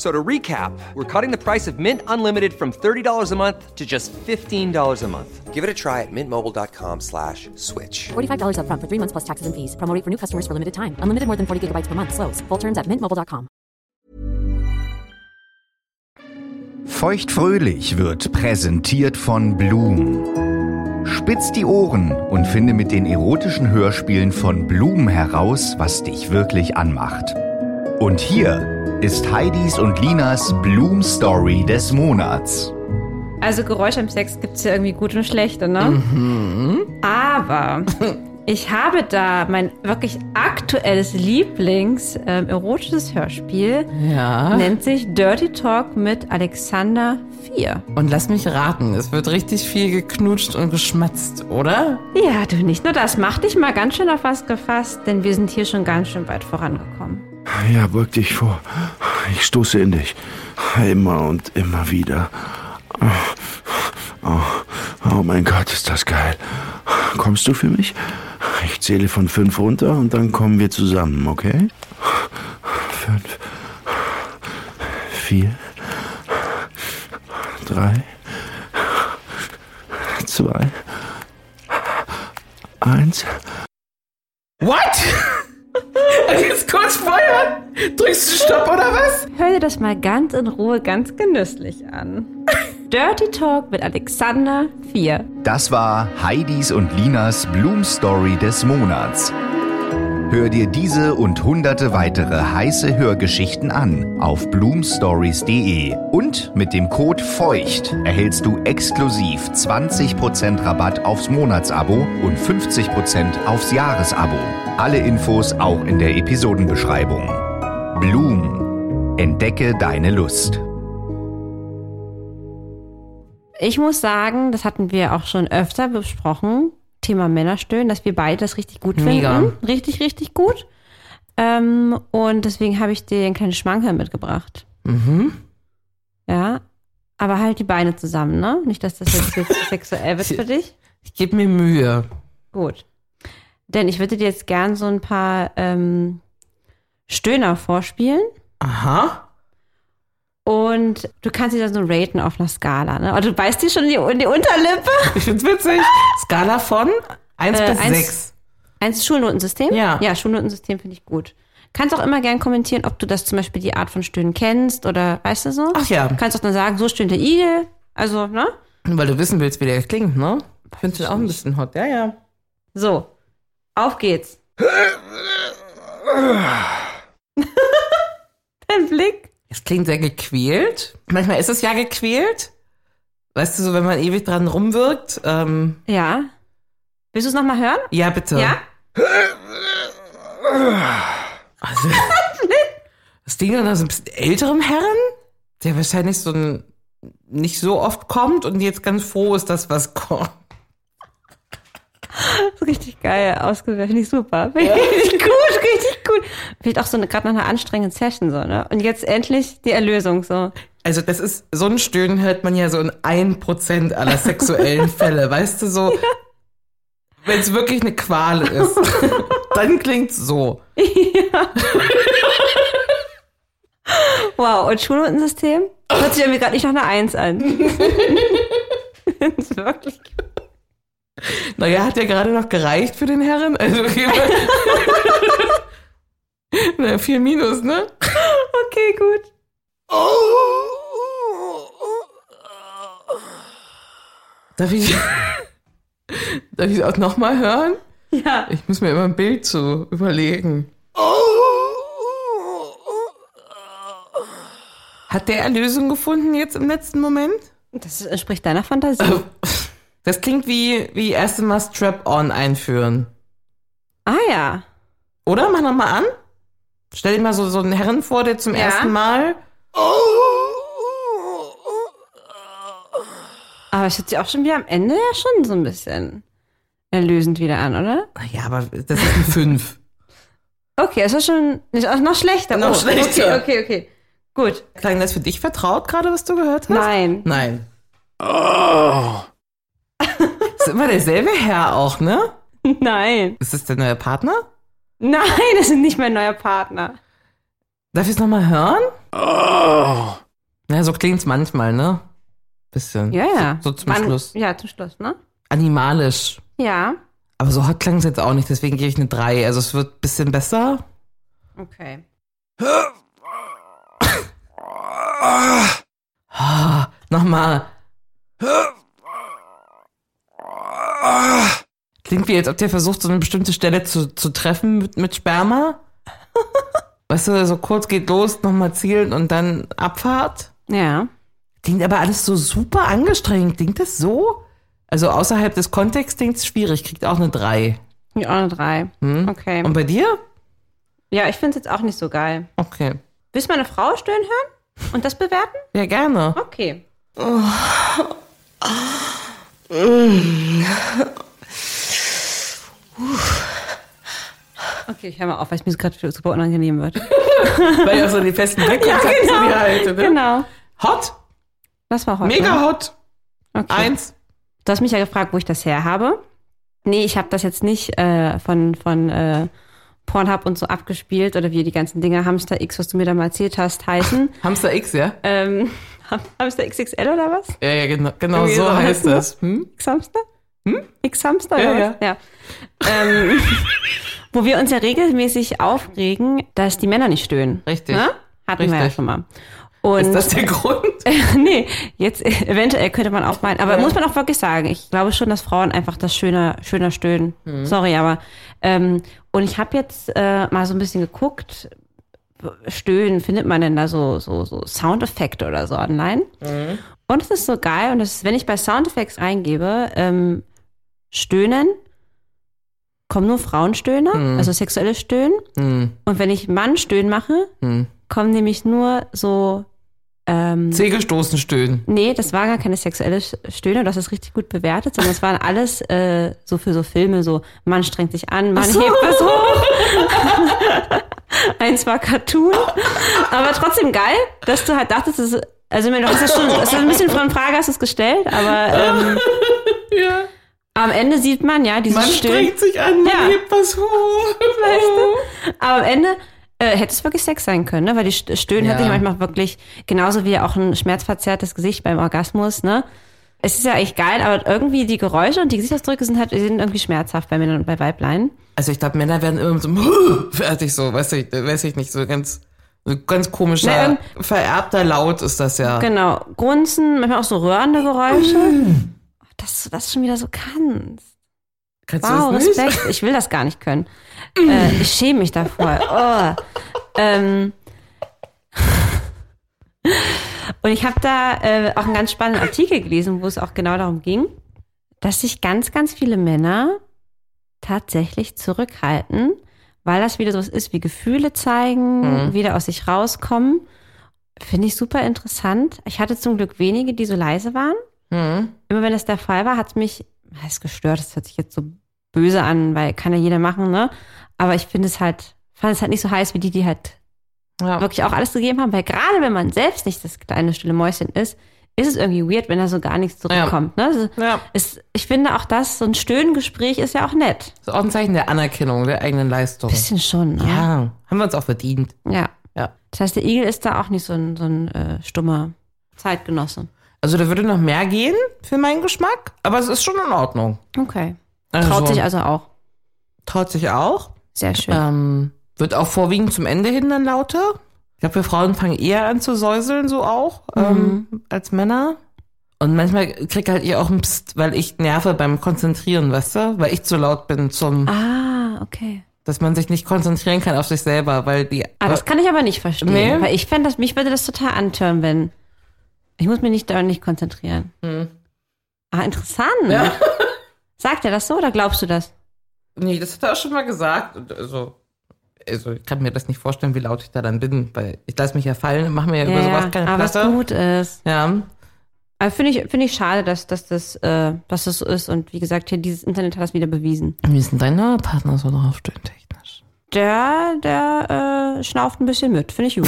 S6: So to recap, we're cutting the price of Mint Unlimited from $30 a month to just $15 a month. Give it a try at mintmobile.com slash switch.
S7: $45 upfront for three months plus taxes and fees. Promoting for new customers for limited time. Unlimited more than 40 gigabytes per month. Slows. Full terms at mintmobile.com.
S1: Feuchtfröhlich wird präsentiert von Bloom. Spitz die Ohren und finde mit den erotischen Hörspielen von Bloom heraus, was dich wirklich anmacht. Und hier ist Heidis und Linas Bloom Story des Monats.
S2: Also Geräusche im Sex gibt es ja irgendwie gut und schlechte, ne? Aber ich habe da mein wirklich aktuelles Lieblings ähm, erotisches Hörspiel.
S3: Ja.
S2: Nennt sich Dirty Talk mit Alexander 4.
S3: Und lass mich raten, es wird richtig viel geknutscht und geschmatzt, oder?
S2: Ja, du nicht nur das. Mach dich mal ganz schön auf was gefasst, denn wir sind hier schon ganz schön weit vorangekommen.
S8: Ja, beug dich vor. Ich stoße in dich. Immer und immer wieder. Oh, oh mein Gott, ist das geil. Kommst du für mich? Ich zähle von fünf runter und dann kommen wir zusammen, okay? Fünf. Vier. Drei. Zwei. Eins.
S3: What? Und jetzt kurz vorher? Drückst du Stopp oder was?
S2: Hör dir das mal ganz in Ruhe, ganz genüsslich an. Dirty Talk mit Alexander 4.
S1: Das war Heidis und Linas Bloom Story des Monats. Hör dir diese und hunderte weitere heiße Hörgeschichten an auf bloomstories.de und mit dem Code FEUCHT erhältst du exklusiv 20% Rabatt aufs Monatsabo und 50% aufs Jahresabo. Alle Infos auch in der Episodenbeschreibung. Bloom. Entdecke deine Lust.
S2: Ich muss sagen, das hatten wir auch schon öfter besprochen, Thema Männerstöhnen, dass wir beide das richtig gut finden.
S3: Mega.
S2: Richtig, richtig gut. Ähm, und deswegen habe ich dir einen kleinen Schmankerl mitgebracht.
S3: Mhm.
S2: Ja. Aber halt die Beine zusammen, ne? Nicht, dass das jetzt, jetzt sexuell wird für dich.
S3: Ich gebe mir Mühe.
S2: Gut. Denn ich würde dir jetzt gern so ein paar ähm, Stöhner vorspielen.
S3: Aha.
S2: Und du kannst sie dann so raten auf einer Skala, ne? Oder du beißt dir schon in die, in die Unterlippe.
S3: Ich find's witzig. Skala von 1
S2: Äh,
S3: bis
S2: eins-
S3: 6.
S2: Eins Schulnotensystem?
S3: Ja.
S2: Ja, Schulnotensystem finde ich gut. Kannst auch immer gern kommentieren, ob du das zum Beispiel die Art von Stöhnen kennst oder weißt du so?
S3: Ach ja.
S2: Kannst auch dann sagen, so stöhnt der Igel. Also, ne?
S3: Weil du wissen willst, wie der klingt, ne? Ich finde den auch ein bisschen hot. Ja, ja.
S2: So. Auf geht's. Dein Blick.
S3: Es klingt sehr gequält. Manchmal ist es ja gequält. Weißt du, so wenn man ewig dran rumwirkt. Ähm,
S2: Ja. Willst du es nochmal hören?
S3: ja, bitte.
S2: Ja?
S3: Also, das Ding an so ein bisschen älterem Herren, der wahrscheinlich so ein, nicht so oft kommt und jetzt ganz froh ist, dass was kommt.
S2: Das ist richtig geil ausgewählt. Finde ich super. Finde ich richtig gut, richtig gut. Vielleicht auch so eine, gerade nach einer anstrengenden Session so, ne? Und jetzt endlich die Erlösung so.
S3: Also das ist, so ein Stöhnen hört man ja so in 1% aller sexuellen Fälle, weißt du, so, wenn es wirklich eine Qual ist, dann klingt's so.
S2: Wow, und Schulnotensystem? Hört sich irgendwie gerade nicht nach einer Eins an. Das ist wirklich
S3: Naja, hat ja gerade noch gereicht für den Herren, also okay. Na, viel Minus, ne?
S2: okay, gut.
S3: Darf ich, darf ich auch nochmal hören?
S2: Ja.
S3: Ich muss mir immer ein Bild zu überlegen. Hat der Erlösung gefunden jetzt im letzten Moment?
S2: Das entspricht deiner
S3: Oh.
S2: Fantasie.
S3: Das klingt wie, wie erst einmal Strap-on einführen.
S2: ah ja.
S3: Oder? Mach nochmal an. Stell dir mal so, so einen Herren vor, der zum ersten Mal.
S2: Aber es hört sich auch schon wieder am Ende ja schon so ein bisschen erlösend wieder an, oder?
S3: Ach Ja, aber das ist ein Fünf.
S2: Okay, es ist schon nicht, auch noch schlechter. Oh,
S3: Noch schlechter.
S2: Okay, okay, okay. Gut.
S3: Klang das für dich vertraut gerade, was du gehört hast?
S2: Nein.
S3: Nein. Oh. ist immer derselbe Herr auch, ne?
S2: Nein.
S3: Ist das der neue Partner?
S2: Nein, das ist nicht mein neuer Partner.
S3: Darf ich es nochmal hören? Ja, so klingt's manchmal, ne? Bisschen.
S2: Ja, ja.
S3: So, so zum
S2: Man-
S3: Schluss.
S2: Ja, zum Schluss, ne?
S3: Animalisch.
S2: Ja.
S3: Aber so hart klang's jetzt auch nicht, deswegen gebe ich eine 3. Also es wird ein bisschen besser.
S2: Okay.
S3: Ah, nochmal. Klingt wie, als ob der versucht, so eine bestimmte Stelle zu, zu treffen mit, mit Sperma. Weißt du, so kurz geht los, nochmal zielen und dann Abfahrt.
S2: Ja.
S3: Klingt aber alles so super angestrengt. Klingt das so? Also außerhalb des Kontexts klingt's schwierig. Kriegt auch eine 3.
S2: Ja, auch eine drei.
S3: Hm?
S2: Okay.
S3: Und bei dir?
S2: Ja, ich finde es jetzt auch nicht so geil.
S3: Okay.
S2: Willst du meine Frau stöhnen hören? Und das bewerten?
S3: Ja, gerne.
S2: Okay. Okay, ich höre mal auf, weil es mir gerade super unangenehm wird.
S3: Weil ja so die festen Deckkontakte ja, genau.
S2: Genau.
S3: Hot.
S2: Das war heute.
S3: Mega hot.
S2: Okay.
S3: Eins.
S2: Du hast mich ja gefragt, wo ich das her habe. Nee, ich habe das jetzt nicht äh, von, von äh, Pornhub und so abgespielt oder wie die ganzen Dinger Hamster X, was du mir da mal erzählt hast, heißen.
S3: Hamster X, ja?
S2: ähm, Ham- Hamster XXL oder was?
S3: Ja, ja, genau, genau
S2: Irgendwie
S3: so
S2: so
S3: heißt das. Hm?
S2: X-Hamster? X-Hamster?
S3: Ja,
S2: oder was? ja. Ähm, wo wir uns ja regelmäßig aufregen, dass die Männer nicht stöhnen.
S3: Richtig.
S2: Ne? Hatten wir ja
S3: Richtig.
S2: schon mal. Und
S3: Ist das der Grund?
S2: Äh, nee, jetzt eventuell könnte man auch meinen, aber muss man auch wirklich sagen, ich glaube schon, dass Frauen einfach das schöner, schöner stöhnen. Sorry, aber ähm, und ich habe jetzt äh, mal so ein bisschen geguckt, stöhnen findet man denn da so so so Soundeffekte oder so online? Und es ist so geil und das ist, wenn ich bei Soundeffects eingebe, ähm, stöhnen kommen nur Frauenstöhne, also sexuelle Stöhnen. Und wenn ich Mann stöhnen mache, kommen nämlich nur so
S3: Zähgestoßen stöhnen.
S2: Nee, das war gar keine sexuelle Stöhne, das ist richtig gut bewertet, sondern das waren alles äh, so für so Filme, so Mann strengt sich an, Mann hebt was hoch. Eins war Cartoon. Aber trotzdem geil, dass du halt dachtest, das ist, also ich meine, du hast das schon, das ist ein bisschen von Frage hast du es gestellt, aber ähm, am Ende sieht man ja dieses
S3: Man
S2: Stöhnen.
S3: strengt sich an, man
S2: Ja.
S3: hebt was hoch.
S2: Aber am Ende äh, hätte es wirklich Sex sein können, ne? weil die St- Stöhnen
S3: Ja.
S2: hatte ich manchmal wirklich, genauso wie auch ein schmerzverzerrtes Gesicht beim Orgasmus, ne? Es ist ja echt geil, aber irgendwie die Geräusche und die Gesichtsausdrücke sind halt, die sind irgendwie schmerzhaft bei Männern und bei Weiblein.
S3: Also ich glaube, Männer werden immer mit so einem fertig so, weiß ich, weiß ich nicht, so ganz, so ganz komischer,
S2: Nein.
S3: vererbter Laut ist das ja.
S2: Genau. Grunzen, manchmal auch so röhrende Geräusche.
S3: Mm.
S2: Dass du das schon wieder so kannst.
S3: Kannst
S2: Wow,
S3: du das nicht?
S2: Respekt. Ich will das gar nicht können. äh, ich schäme mich davor. Oh. Ähm. Und ich habe da äh, auch einen ganz spannenden Artikel gelesen, wo es auch genau darum ging, dass sich ganz, ganz viele Männer tatsächlich zurückhalten, weil das wieder sowas ist wie Gefühle
S3: Mhm.
S2: zeigen, wieder aus sich rauskommen. Finde ich super interessant. Ich hatte zum Glück wenige, die so leise waren
S3: Hm,
S2: immer wenn das der Fall war, hat mich, heißt gestört, das hört sich jetzt so böse an, weil kann ja jeder machen, ne? Aber ich finde es halt, fand es halt nicht so heiß wie die, die halt
S3: Ja.
S2: wirklich auch alles gegeben haben, weil gerade wenn man selbst nicht das kleine stille Mäuschen ist, ist es irgendwie weird, wenn da so gar nichts zurückkommt. Ne? Also,
S3: Ja.
S2: Es, ich finde auch das, so ein Stöhngespräch ist ja auch nett.
S3: Das ist auch ein Zeichen der Anerkennung, der eigenen Leistung.
S2: Bisschen schon, ne?
S3: Ja, haben wir uns auch verdient.
S2: ja.
S3: Ja.
S2: Das heißt, der Igel ist da auch nicht so ein, so ein äh, stummer Zeitgenosse.
S3: Also da würde noch mehr gehen für meinen Geschmack, aber es ist schon in Ordnung.
S2: Okay.
S3: Also,
S2: Traut sich also auch.
S3: traut sich auch.
S2: Sehr schön.
S3: Ähm, wird auch vorwiegend zum Ende hin dann lauter. Ich glaube, wir Frauen fangen eher an zu säuseln, so auch, ähm, als Männer. Und manchmal krieg halt ihr auch ein Psst, weil ich nerve beim Konzentrieren, weißt du? Weil ich zu laut bin zum,
S2: Ah, okay.
S3: dass man sich nicht konzentrieren kann auf sich selber, weil die.
S2: Ah, das kann ich aber nicht verstehen.
S3: Nee.
S2: Weil ich fände, dass mich würde das total antören, wenn. Ich muss mich nicht da nicht konzentrieren.
S3: Hm.
S2: Ah, interessant. Sagt er das so oder glaubst du das?
S3: Nee, das hat er auch schon mal gesagt. Und also, also ich kann mir das nicht vorstellen, wie laut ich da dann bin, weil ich lasse mich ja fallen und mache mir über sowas keine
S2: aber
S3: Platte.
S2: was gut ist.
S3: Ja.
S2: Aber Finde ich, finde ich schade, dass, dass, das, äh, dass das so ist. Und wie gesagt, hier dieses Internet hat das wieder bewiesen.
S3: Wie ist denn dein neuer Partner so draufstehen technisch?
S2: Der, der äh, schnauft ein bisschen mit. Finde ich gut.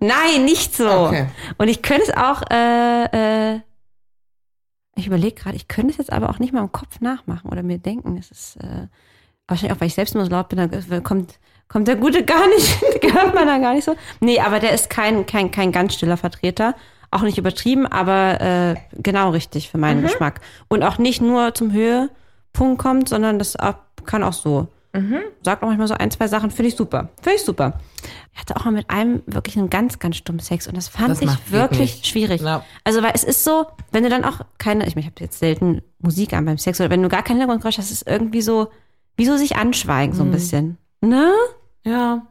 S2: Nein, nicht so.
S3: Okay.
S2: Und ich könnte es auch, äh, äh, ich überlege gerade, ich könnte es jetzt aber auch nicht mal im Kopf nachmachen oder mir denken. Es ist äh, wahrscheinlich auch, weil ich selbst immer so laut bin, dann kommt, kommt der Gute gar nicht, hört man dann gar nicht so. Nee, aber der ist kein, kein, kein ganz stiller Vertreter. Auch nicht übertrieben, aber äh, genau richtig für
S3: Mhm.
S2: meinen Geschmack. Und auch nicht nur zum Höhepunkt kommt, sondern das ab, kann auch so.
S3: Mhm.
S2: Sagt auch manchmal so ein, zwei Sachen, finde ich super. Finde ich super. Ich hatte auch mal mit einem wirklich einen ganz, ganz stummen Sex und das fand
S3: Das macht
S2: ich wirklich
S3: nicht.
S2: schwierig.
S3: Ja.
S2: Also, weil es ist so, wenn du dann auch keine, ich meine, ich habe jetzt selten Musik an beim Sex oder wenn du gar keinen Hintergrundgeräusch hast, ist es irgendwie so, wie so sich anschweigen,
S3: Mhm.
S2: so ein bisschen. Ne?
S3: Ja.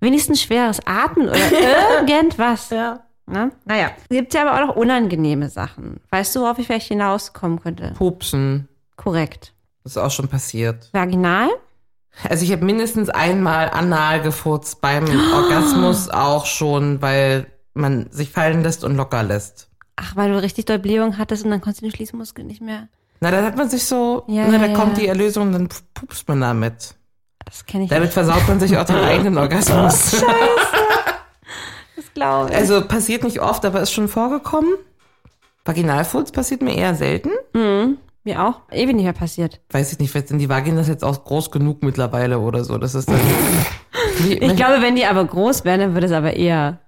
S2: Wenigstens schweres Atmen oder irgendwas.
S3: Ja.
S2: Ne? Naja. Es gibt ja aber auch noch unangenehme Sachen. Weißt du, worauf ich vielleicht hinauskommen könnte?
S3: Pupsen.
S2: Korrekt.
S3: Das ist auch schon passiert.
S2: Vaginal?
S3: Also ich habe mindestens einmal anal gefurzt beim Orgasmus auch schon, weil man sich fallen lässt und locker lässt.
S2: Ach, weil du richtig doll Blähung hattest und dann konntest du den Schließmuskel nicht mehr.
S3: Na, dann hat man sich so,
S2: Ja,
S3: na,
S2: ja,
S3: da
S2: ja.
S3: kommt die Erlösung, dann pupst man damit.
S2: Das kenne ich
S3: Damit
S2: nicht.
S3: versaut man sich auch den eigenen
S2: Oh,
S3: Orgasmus.
S2: Das glaube ich.
S3: Also passiert nicht oft, aber ist schon vorgekommen. Vaginalfurz passiert mir eher selten.
S2: Mir auch. Ewig nicht mehr passiert.
S3: Weiß ich nicht, vielleicht sind die Vaginen das jetzt auch groß genug mittlerweile oder so. Das ist dann. Wie-
S2: Ich glaube, wenn die aber groß wären, dann würde es aber eher.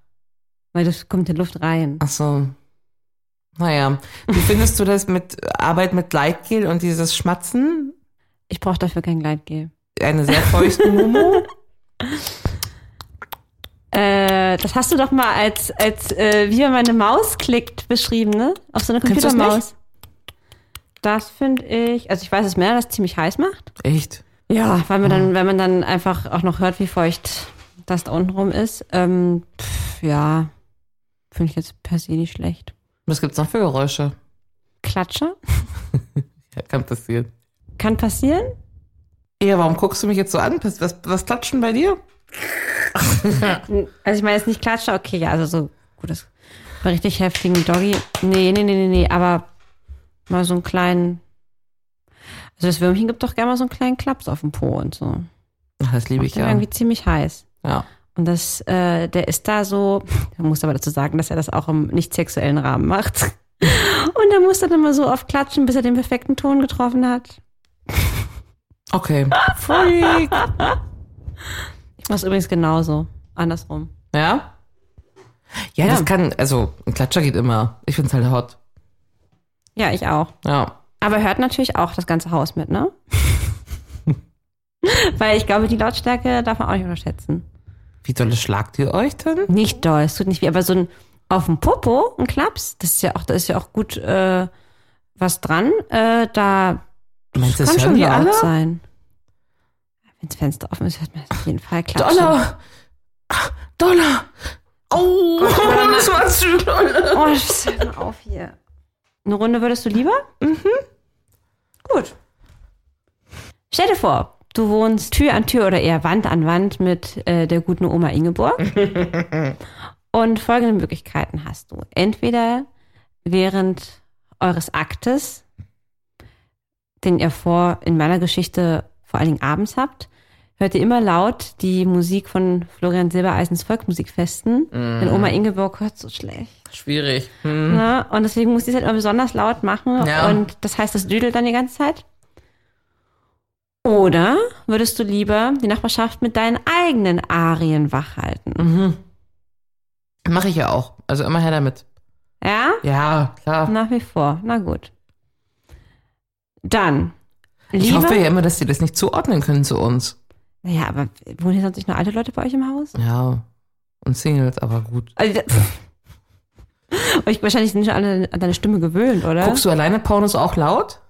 S2: Weil das kommt in Luft rein.
S3: Ach so. Naja. Wie findest du das mit Arbeit mit Gleitgel und dieses Schmatzen?
S2: Ich brauche dafür kein Gleitgel.
S3: Eine sehr feuchte Mumu?
S2: Äh, das hast du doch mal als, als äh, wie man meine Maus klickt, beschrieben, ne? Auf so eine
S3: Kennst du's
S2: Computermaus. Das finde ich, also ich weiß, dass Männer das ziemlich heiß macht.
S3: Echt?
S2: Ja, weil man dann, wenn man dann einfach auch noch hört, wie feucht das da unten rum ist. Ähm, pff, ja, finde ich jetzt per se nicht schlecht.
S3: Was gibt's noch für Geräusche?
S2: Klatsche
S3: Ja, kann passieren.
S2: kann passieren.
S3: Ja, warum guckst du mich jetzt so an? Was, was, was klatschen bei dir?
S2: Also ich meine jetzt nicht Klatsche, okay, ja, also so gutes, bei richtig heftigen Doggy. Nee, nee, nee, nee, nee, aber mal so einen kleinen. Also das Würmchen gibt doch gerne mal so einen kleinen Klaps auf dem Po und so.
S3: Ach, das liebe ich
S2: Der ist
S3: ja.
S2: irgendwie ziemlich heiß.
S3: Ja.
S2: Und das, äh, der ist da so, man muss aber dazu sagen, dass er das auch im nicht sexuellen Rahmen macht. Und er muss dann immer so oft klatschen, bis er den perfekten Ton getroffen hat.
S3: Okay.
S2: Freak. Ich mach's übrigens genauso. Andersrum.
S3: Ja? Ja, das
S2: Ja.
S3: kann, also ein Klatscher geht immer. Ich find's halt hot.
S2: Ja, ich auch.
S3: Ja.
S2: Aber hört natürlich auch das ganze Haus mit, ne? Weil ich glaube, die Lautstärke darf man auch nicht unterschätzen.
S3: Wie doll schlagt ihr euch denn?
S2: Nicht doll, es tut nicht weh, aber so ein auf dem Popo, ein Klaps, das ist ja auch, da ist ja auch gut äh, was dran. Äh, da
S3: Meinst du,
S2: kann
S3: das hören
S2: schon
S3: die
S2: laut
S3: alle?
S2: sein. Wenn das Fenster offen ist, hört man das auf jeden Fall klatschen.
S3: Dollar! Dollar! Oh, das war zu doll.
S2: Oh, das hört mal auf hier. Eine Runde würdest du lieber? Mhm. Gut. Stell dir vor, du wohnst Tür an Tür oder eher Wand an Wand mit äh, der guten Oma Ingeborg. Und folgende Möglichkeiten hast du. Entweder während eures Aktes, den ihr vor in meiner Geschichte vor allen Dingen abends habt, hört ihr immer laut die Musik von Florian Silbereisens Volkmusikfesten. Denn Oma Ingeborg hört so schlecht.
S3: Schwierig. Hm.
S2: Ne? Und deswegen muss ich es halt immer besonders laut machen.
S3: Ja.
S2: Und das heißt, das düdelt dann die ganze Zeit. Oder würdest du lieber die Nachbarschaft mit deinen eigenen Arien wachhalten?
S3: Mhm. Mache ich ja auch. Also immer her damit.
S2: Ja?
S3: Ja, klar.
S2: Nach wie vor. Na gut. Dann. Lieber.
S3: Ich hoffe ja immer, dass die das nicht zuordnen können zu uns.
S2: Naja, aber wohnen hier sonst nicht nur alte Leute bei euch im Haus?
S3: Ja. Und Singles, aber gut.
S2: Also, das- euch wahrscheinlich sind schon alle an deine Stimme gewöhnt, oder?
S3: Guckst du alleine Pornos auch laut?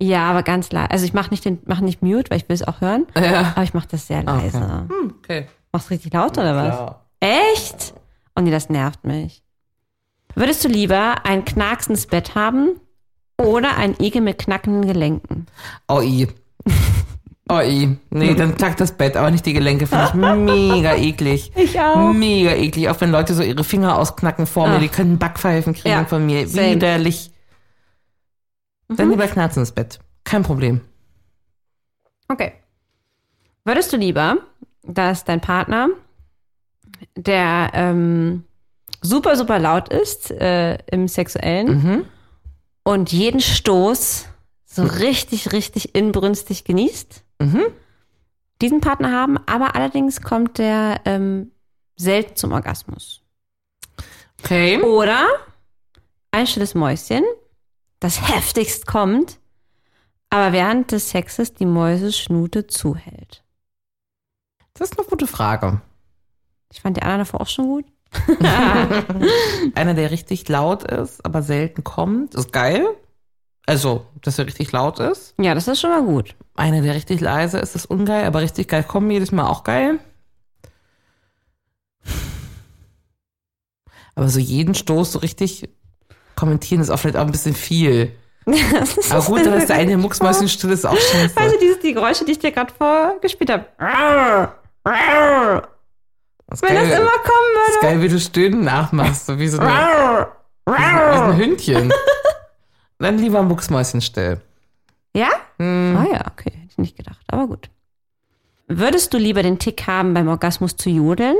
S2: Ja, aber ganz leise. Also ich mache nicht den, mach nicht mute, weil ich will es auch hören.
S3: Ja.
S2: Aber ich mache das sehr leise.
S3: Okay.
S2: Machst du richtig laut oder was? Echt? Oh nee, das nervt mich. Würdest du lieber ein knarksendes Bett haben oder ein Igel mit knackenden Gelenken?
S3: Oh, i. Oh, i. Nee, dann tackt das Bett, aber nicht die Gelenke. Finde ich mega eklig.
S2: Ich auch.
S3: Mega eklig. Auch wenn Leute so ihre Finger ausknacken vor mir, die können Backpfeifen kriegen
S2: Ah. Ja,
S3: von mir.
S2: same. Mhm.
S3: Widerlich. Dann lieber knarzen ins Bett. Kein Problem.
S2: Okay. Würdest du lieber, dass dein Partner, der ähm, super, super laut ist äh, im Sexuellen und jeden Stoß so richtig, richtig inbrünstig genießt, diesen Partner haben, aber allerdings kommt der ähm, selten zum Orgasmus.
S3: Okay.
S2: Oder ein stilles Mäuschen, das heftigst kommt, aber während des Sexes die Mäuseschnute zuhält.
S3: Das ist eine gute Frage.
S2: Ich fand die anderen davor auch schon gut.
S3: Einer, der richtig laut ist, aber selten kommt, ist geil. Also, dass er richtig laut ist.
S2: Ja, das ist schon mal gut.
S3: Einer, der richtig leise ist, ist ungeil, aber richtig geil kommen jedes Mal auch geil. Aber so jeden Stoß so richtig kommentieren ist auch vielleicht auch ein bisschen viel. Aber gut, dass der eine Mucksmäuschen still ist, ist auch
S2: Weißt
S3: scheiße.
S2: du, dieses, die Geräusche, die ich dir gerade vorgespielt habe. Wenn
S3: Das ist
S2: das
S3: geil,
S2: immer
S3: das ist
S2: kommen
S3: geil, wie du Stöhnen nachmachst, so wie so eine, wie so ein
S2: würde.
S3: Hündchen. Dann lieber Mucksmäuschen still.
S2: Ja?
S3: Hm.
S2: Ah ja, okay. Hätte ich nicht gedacht, aber gut. Würdest du lieber den Tick haben, beim Orgasmus zu jodeln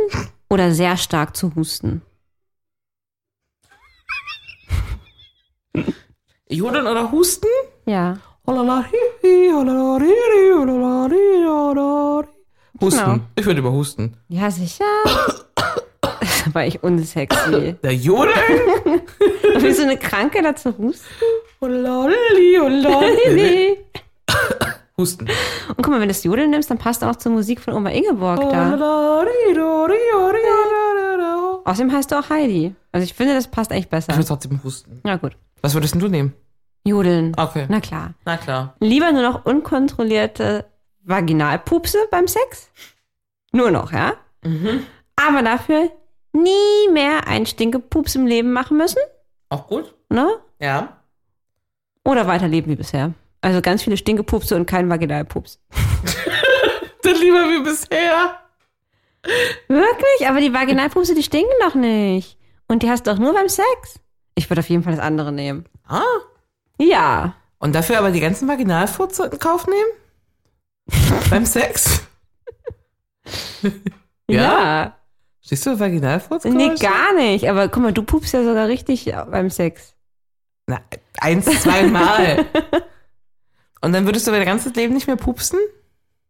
S2: oder sehr stark zu husten?
S3: Jodeln oder Husten?
S2: Ja.
S3: Holala, hihi, holala, riri, holala, riri, holala, riri. Husten.
S2: Genau.
S3: Ich würde über husten.
S2: Ja, sicher. War ich unsexy.
S3: Der Jodeln?
S2: Wie so eine Kranke dazu husten?
S3: Holala, riri, holala, riri.
S2: Nee.
S3: Husten.
S2: Und guck mal, wenn du das Jodeln nimmst, dann passt auch zur Musik von Oma Ingeborg
S3: Oh,
S2: da.
S3: Holala, riri, riri, holala, riri.
S2: Außerdem heißt du auch Heidi. Also ich finde, das passt eigentlich
S3: Ich
S2: besser.
S3: würde trotzdem husten.
S2: Na gut.
S3: Was würdest denn du nehmen?
S2: Jodeln.
S3: Okay.
S2: Na klar.
S3: Na klar.
S2: Lieber nur noch unkontrollierte Vaginalpupse beim Sex? Nur noch, ja? Aber dafür nie mehr einen Stinkepups im Leben machen müssen,
S3: Auch gut?
S2: ne?
S3: Ja.
S2: Oder weiterleben wie bisher. Also ganz viele Stinkepupse und kein Vaginalpups.
S3: Dann lieber wie bisher.
S2: Wirklich? Aber die Vaginalpupse, die stinken doch nicht. Und die hast du doch nur beim Sex. Ich würde auf jeden Fall das andere nehmen.
S3: Ah.
S2: Ja.
S3: Und dafür aber die ganzen Vaginalfurze in Kauf nehmen? Beim Sex? ja? Stehst du auf Vaginalfurze?
S2: Nee, gar nicht. Aber guck mal, du pupst ja sogar richtig beim Sex.
S3: Na, eins, zweimal. Und dann würdest du dein ganzes Leben nicht mehr pupsen?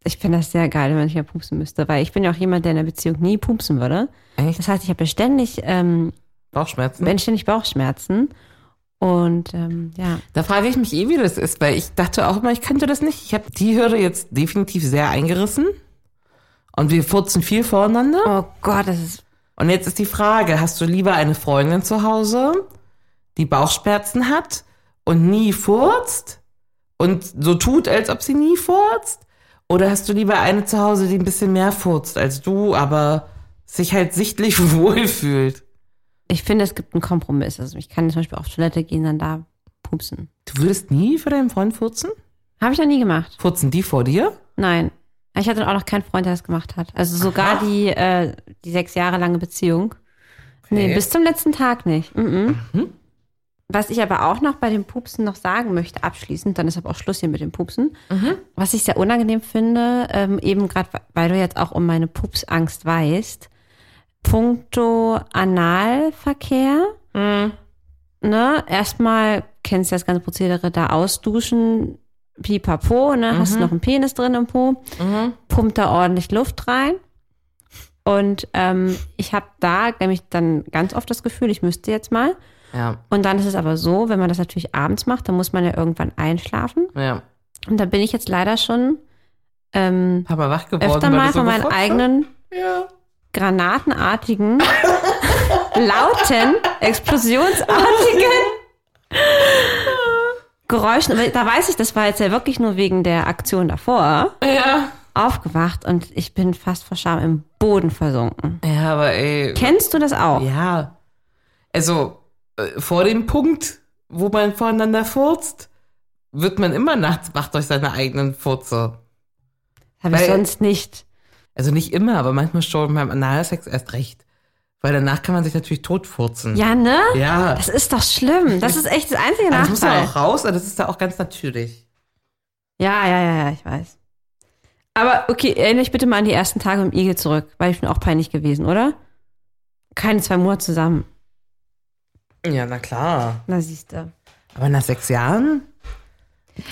S2: Ich finde das sehr geil, wenn ich mal pupsen müsste, weil ich bin ja auch jemand, der in der Beziehung nie pupsen würde.
S3: Echt?
S2: Das heißt, ich habe ja ständig, ähm,
S3: Bauchschmerzen?
S2: wenn ständig Bauchschmerzen. Und ähm, ja.
S3: Da frage ich mich eh, wie das ist, weil ich dachte auch immer, ich könnte das nicht. Ich habe die Hürde jetzt definitiv sehr eingerissen. Und wir furzen viel voreinander.
S2: Oh Gott, das ist.
S3: Und jetzt ist die Frage, hast du lieber eine Freundin zu Hause, die Bauchschmerzen hat und nie furzt und so tut, als ob sie nie furzt? Oder hast du lieber eine zu Hause, die ein bisschen mehr furzt als du, aber sich halt sichtlich wohlfühlt?
S2: Ich finde, es gibt einen Kompromiss. Also ich kann zum Beispiel auf Toilette gehen, dann da pupsen.
S3: Du würdest nie für deinen Freund furzen?
S2: Habe ich noch nie gemacht.
S3: Furzen die vor dir?
S2: Nein. Ich hatte auch noch keinen Freund, der das gemacht hat. Also sogar
S3: Aha.
S2: die, äh, die sechs Jahre lange Beziehung. Nee, bis zum letzten Tag nicht. Mhm. Was ich aber auch noch bei den Pupsen noch sagen möchte, abschließend, dann ist aber auch Schluss hier mit den Pupsen. Was ich sehr unangenehm finde, ähm, eben gerade weil du jetzt auch um meine Pupsangst weißt, puncto Analverkehr, ne, erstmal kennst du das ganze Prozedere da ausduschen, pipapo, ne, hast
S3: Mhm.
S2: noch einen Penis drin im Po, pumpt da ordentlich Luft rein. Und ähm, ich habe da nämlich dann ganz oft das Gefühl, ich müsste jetzt mal.
S3: Ja,
S2: Und dann ist es aber so, wenn man das natürlich abends macht, dann muss man ja irgendwann einschlafen.
S3: ja.
S2: Und da bin ich jetzt leider schon ähm,
S3: Hab mal wach geworden.
S2: öfter
S3: weil du
S2: mal
S3: so
S2: von meinen
S3: gefurzt hast?
S2: eigenen
S3: Ja.
S2: granatenartigen, lauten, explosionsartigen Geräuschen, aber da weiß ich, das war jetzt ja wirklich nur wegen der Aktion davor,
S3: Ja.
S2: aufgewacht und ich bin fast vor Scham im Boden versunken.
S3: Ja, aber ey.
S2: Kennst du das auch?
S3: Ja. Also, äh, vor dem Punkt, wo man voreinander furzt, wird man immer nachts wach durch seine eigenen Furze.
S2: Habe ich
S3: Weil-
S2: sonst nicht.
S3: Also nicht immer, aber manchmal schon beim Analsex erst recht. Weil danach kann man sich natürlich totfurzen.
S2: Ja, ne?
S3: Ja.
S2: Das ist doch schlimm. Das ist echt das einzige
S3: Aber das muss ja
S2: Nachteil.
S3: auch raus, aber das ist ja auch ganz natürlich.
S2: Ja, ja, ja, ja, ich weiß. Aber okay, erinnere dich bitte mal an die ersten Tage im Igel zurück, weil ich bin auch peinlich gewesen, oder? Keine zwei Monate zusammen.
S3: Ja, na klar.
S2: Na, siehst du.
S3: Aber nach sechs Jahren?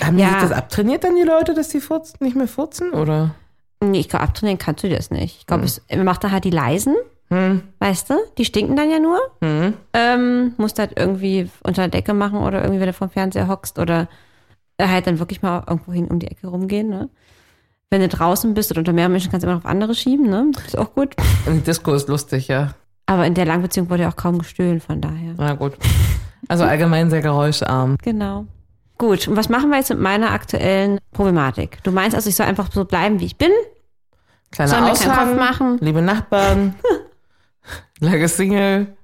S3: Haben
S2: Ja.
S3: die sich das abtrainiert dann die Leute, dass die furzen, nicht mehr furzen? Oder?
S2: Nee, ich glaube, abtrainieren kannst du das nicht. Ich glaube, es macht da halt die leisen,
S3: Hm.
S2: weißt du? Die stinken dann ja nur.
S3: Hm.
S2: Ähm, musst halt irgendwie unter der Decke machen oder irgendwie, wenn du vom Fernseher hockst oder halt dann wirklich mal irgendwo hin um die Ecke rumgehen, ne? Wenn du draußen bist oder unter mehreren Menschen kannst du immer noch auf andere schieben, ne? Das ist auch gut.
S3: Und die Disco ist lustig, ja.
S2: Aber in der Langbeziehung wurde ja auch kaum gestöhnt, von daher.
S3: Na gut. Also allgemein sehr geräuscharm.
S2: Genau. Gut, und was machen wir jetzt mit meiner aktuellen Problematik? Du meinst also, ich soll einfach so bleiben, wie ich bin? Soll
S3: Kleiner
S2: mir keinen Kopf
S3: Aushang,
S2: machen?
S3: liebe Nachbarn, lange Single,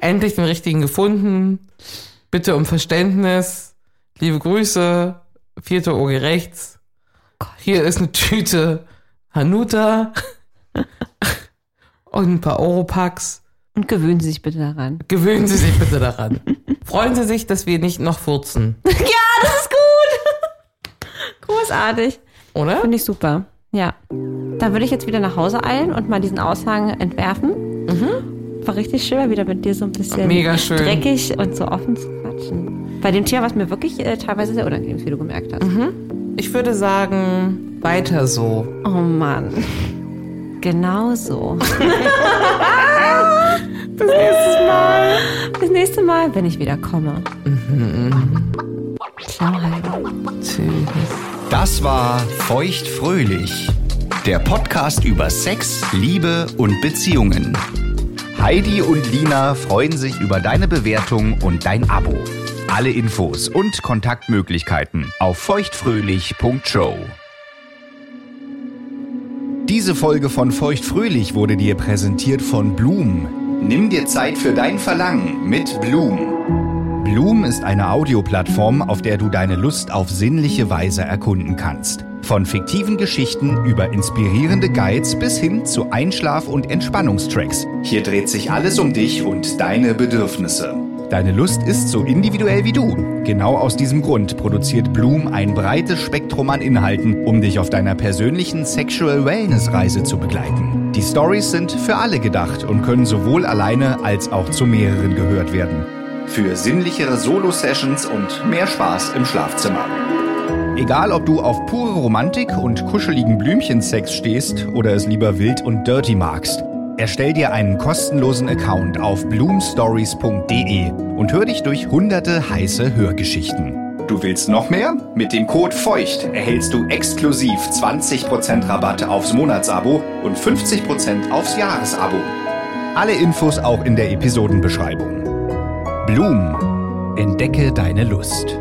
S3: endlich den richtigen gefunden, bitte um Verständnis, liebe Grüße, vierte Oge rechts, hier ist eine Tüte Hanuta und ein paar Europacks.
S2: Und gewöhnen Sie sich bitte daran.
S3: Gewöhnen Sie sich bitte daran. Freuen Sie sich, dass wir nicht noch furzen,
S2: ja, das ist gut. Großartig.
S3: oder?
S2: Finde ich super. Ja. Dann würde ich jetzt wieder nach Hause eilen und mal diesen Aushang entwerfen. War richtig schön, mal wieder mit dir so ein bisschen
S3: Mhm. Mega schön.
S2: dreckig und so offen zu quatschen. Bei dem Thema war es mir wirklich äh, teilweise sehr unangenehm, wie du gemerkt
S3: Mhm.
S2: hast.
S3: Ich würde sagen, weiter so.
S2: Oh Mann. Genau so.
S3: Bis nächstes Mal.
S2: Bis nächste Mal, wenn ich wieder komme.
S3: Mhm.
S2: Klarheit.
S3: Tschüss.
S1: Das war Feuchtfröhlich, der Podcast über Sex, Liebe und Beziehungen. Heidi und Lina freuen sich über deine Bewertung und dein Abo. Alle Infos und Kontaktmöglichkeiten auf feuchtfröhlich.show. Diese Folge von Feuchtfröhlich wurde dir präsentiert von Blum. Nimm dir Zeit für dein Verlangen mit Blum. Bloom ist eine Audioplattform, auf der du deine Lust auf sinnliche Weise erkunden kannst. Von fiktiven Geschichten über inspirierende Guides bis hin zu Einschlaf- und Entspannungstracks. Hier dreht sich alles um dich und deine Bedürfnisse. Deine Lust ist so individuell wie du. Genau aus diesem Grund produziert Bloom ein breites Spektrum an Inhalten, um dich auf deiner persönlichen Sexual Wellness Reise zu begleiten. Die Stories sind für alle gedacht und können sowohl alleine als auch zu mehreren gehört werden für sinnlichere Solo-Sessions und mehr Spaß im Schlafzimmer. Egal, ob du auf pure Romantik und kuscheligen Blümchensex stehst oder es lieber wild und dirty magst, erstell dir einen kostenlosen Account auf bloomstories.de und hör dich durch hunderte heiße Hörgeschichten. Du willst noch mehr? Mit dem Code FEUCHT erhältst du exklusiv 20% Rabatt aufs Monatsabo und 50% aufs Jahresabo. Alle Infos auch in der Episodenbeschreibung. Bloom. Entdecke deine Lust.